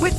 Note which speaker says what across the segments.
Speaker 1: With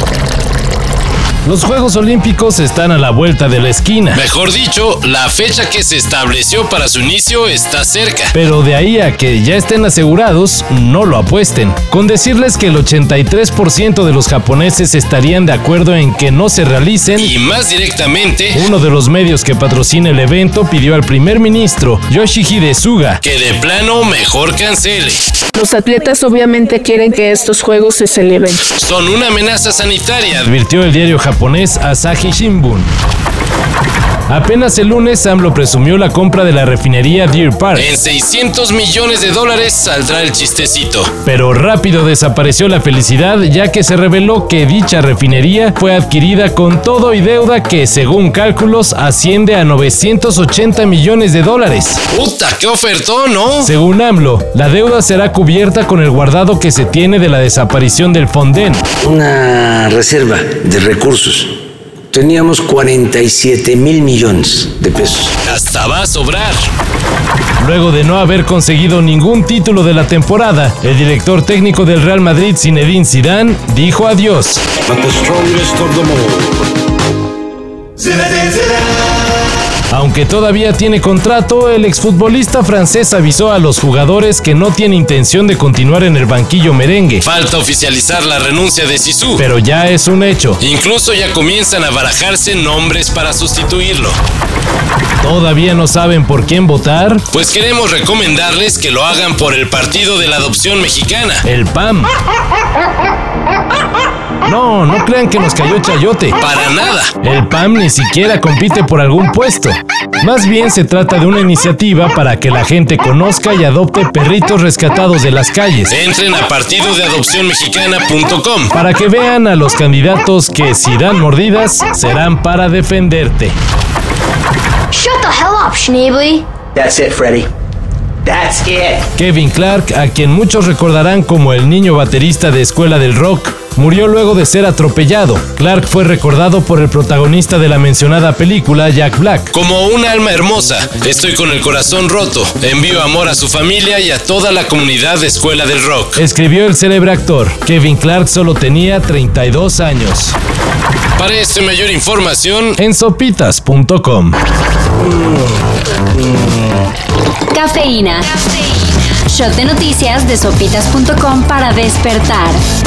Speaker 2: Los Juegos Olímpicos están a la vuelta de la esquina,
Speaker 3: Mejor dicho, la fecha que se estableció para su inicio está cerca.
Speaker 2: pero de ahí a que ya estén asegurados, no lo apuesten. Con decirles que el 83% de los japoneses estarían de acuerdo en que no se realicen,
Speaker 3: Y más directamente,
Speaker 2: uno de los medios que patrocina el evento pidió al primer ministro Yoshihide Suga
Speaker 3: que de plano mejor cancele.
Speaker 4: Los atletas obviamente quieren que estos juegos se celebren.
Speaker 3: Son una amenaza sanitaria.
Speaker 2: advirtió el diario japonés Asahi Shimbun. Apenas el lunes, AMLO presumió la compra de la refinería Deer Park,
Speaker 3: En 600 millones de dólares saldrá el chistecito.
Speaker 2: pero rápido desapareció la felicidad ya que se reveló que dicha refinería fue adquirida con todo y deuda que, según cálculos, asciende a 980 millones de dólares.
Speaker 3: Puta, qué ofertón, ¿no?
Speaker 2: Según AMLO, la deuda será cubierta con el guardado que se tiene de la desaparición del Fonden.
Speaker 5: una reserva de recursos. Teníamos 47 mil millones de pesos.
Speaker 3: Hasta va a sobrar.
Speaker 2: Luego de no haber conseguido ningún título de la temporada, el director técnico del Real Madrid, Zinedine Zidane, dijo adiós. Aunque todavía tiene contrato, el exfutbolista francés avisó a los jugadores que no tiene intención de continuar en el banquillo merengue,
Speaker 3: Falta oficializar la renuncia de Sisu.
Speaker 2: pero ya es un hecho.
Speaker 3: Incluso ya comienzan a barajarse nombres para sustituirlo.
Speaker 2: Todavía no saben por quién votar.
Speaker 3: Pues queremos recomendarles que lo hagan por el Partido de la Adopción Mexicana.
Speaker 2: El PAM. No, no crean que nos cayó chayote.
Speaker 3: Para nada.
Speaker 2: El PAM ni siquiera compite por algún puesto. Más bien se trata de una iniciativa para que la gente conozca y adopte perritos rescatados de las calles.
Speaker 3: Entren a partido de adopción mexicana.com.
Speaker 2: Para que vean a los candidatos que si dan mordidas serán para defenderte.
Speaker 6: Shut the hell up, Schneebly.
Speaker 5: That's it, Freddy. That's it.
Speaker 2: Kevin Clark, a quien muchos recordarán como el niño baterista de Escuela del Rock, murió luego de ser atropellado. Clark fue recordado por el protagonista de la mencionada película, Jack Black.
Speaker 3: Como un alma hermosa, estoy con el corazón roto. Envío amor a su familia y a toda la comunidad de Escuela del Rock.
Speaker 2: Escribió el célebre actor. Kevin Clark solo tenía 32 años.
Speaker 3: Para esto y mayor información,
Speaker 2: En sopitas.com.
Speaker 6: Cafeína. Shot de noticias de sopitas.com para despertar.